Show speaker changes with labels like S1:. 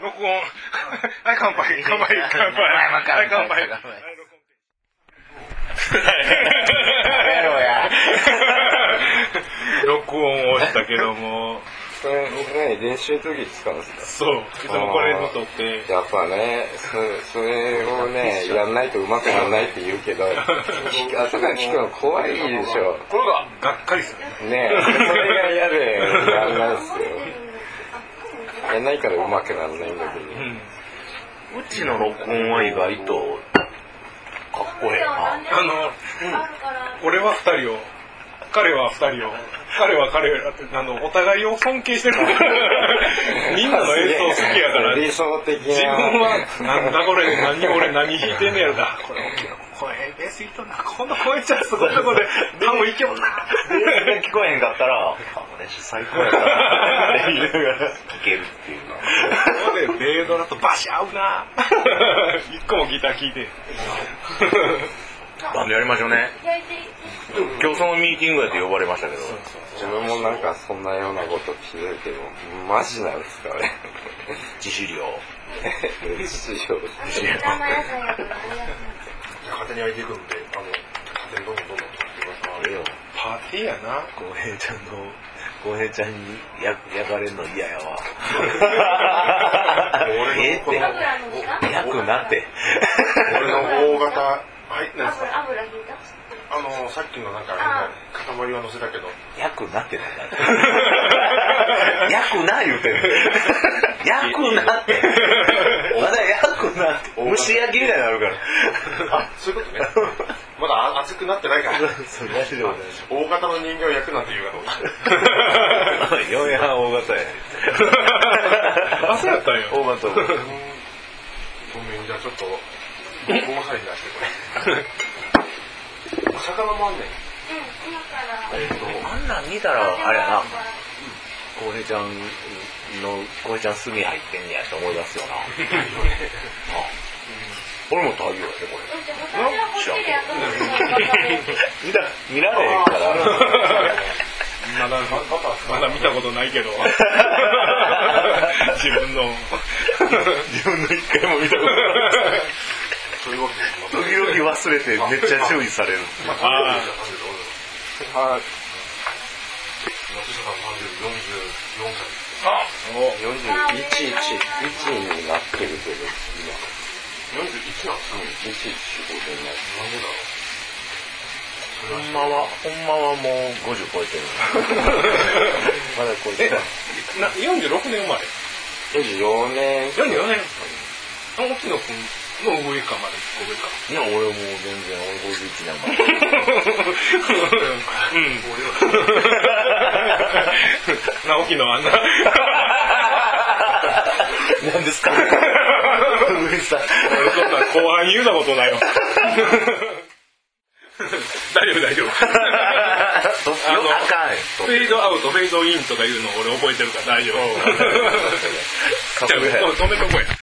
S1: 録音。 はい、乾杯。乾杯。乾杯。はい、乾杯。
S2: 乾杯
S1: はい録音
S2: やろうや。
S1: 録音をしたけども、
S2: それ、ね、練習の時に使うんですか
S1: そう、いつもこれに撮って、
S2: やっぱね、そそれをね、やんないとうまくならないって言うけど、聞く後から聞くの怖いでしょ。
S1: 心ががっかりする。
S2: ねえ、それが嫌で、やんないですよ。やんないからうまくならないんだけど。
S1: うん。
S3: うちの録音は意外 と、かっこええな。
S1: あの、俺は二人を、彼は二人を、彼は彼らって、あの、お互いを尊敬してる。 みんなの演奏好きやから、
S2: 理
S1: 自
S2: 想的な。
S1: 分は、なんだこれ、何俺何弾いてんねやろだ。これ、大きな声、ベースいっとんな。こんな声じゃすごいとこ で、でもいけもんな。
S3: で聞こえへんかったら、あの練習最高やったなって言いながら、聞けるっていうのは。
S1: ここでベードラとバシ合う な。一個もギター聴いて。
S3: バンドやりましょうね。今日そのミーティングやって呼ばれましたけど、
S2: 自分もなんかそんなようなこと気づいても、マジなんですかね。
S3: 自主量。
S2: 実情
S3: 自主量。
S4: 勝手に焼いていくんで、あの、勝手にどんどんどんどん作ってください。
S1: パーティーやな。
S3: 浩平ちゃんの、浩平ちゃんに焼焼かれるの嫌や わ。ええって、 焼くなって。
S4: 俺の大型、はい、なんですか
S5: 油引いた
S4: あの、さっきのなんか、塊は乗せた けど、
S3: 焼くなってなんだ。焼くな言うてる。焼くなって。まだ焼くなって。蒸し焼きみたいになるから。
S4: あ、そういうことね。まだ熱くなってないから、
S3: そう、大丈夫。
S4: 大型の人形を焼くなんて言うかと思った。
S3: 4円半大型や。
S1: あ、そうやったんよ。
S3: 大型。
S4: ごめん、じゃあちょっと、ごめんなさい、出してこれ。魚もあんねん。
S5: うん、今から。
S4: えっと、
S3: あんなん見たら、あれやな、浩平ちゃんの、浩平ちゃん炭入ってんねやって思い出すよな。俺も太陽やで、これ。見た、見ら れへんから。
S1: まだ、まだ見たことないけ ど。自分の。
S3: 自分の一回も見たことない。
S4: そういうわけです。
S3: 時々忘れてめっちゃ注意される。
S4: まあ、
S1: あ
S4: 30歳で俺、
S2: は
S4: 松下さん30、44歳。
S2: 4111になってるけど、今、1115になって
S4: 41なんですかなんでだろう。それ
S3: ほ
S4: は知
S3: ん
S4: ら
S3: まは、ほんまはもう50超えてる。
S2: まだこい
S1: え
S2: つは、
S1: な46年生まれ。
S2: 44年、
S1: 44年。あ、沖野くんの上かまで一個上か。
S3: いや、俺もう全然、俺51年前。
S1: うん。な、沖野あんな。
S3: 何ですか上さ
S1: 俺
S3: ん。
S1: そんな後半言うなことないよ。大丈夫大丈夫。
S3: どっちよあかんよ。
S1: フェードアウト、フェードインとかいうの俺覚えてるから大丈夫。
S3: かっこいい
S1: じゃあ、もう止めとこうや。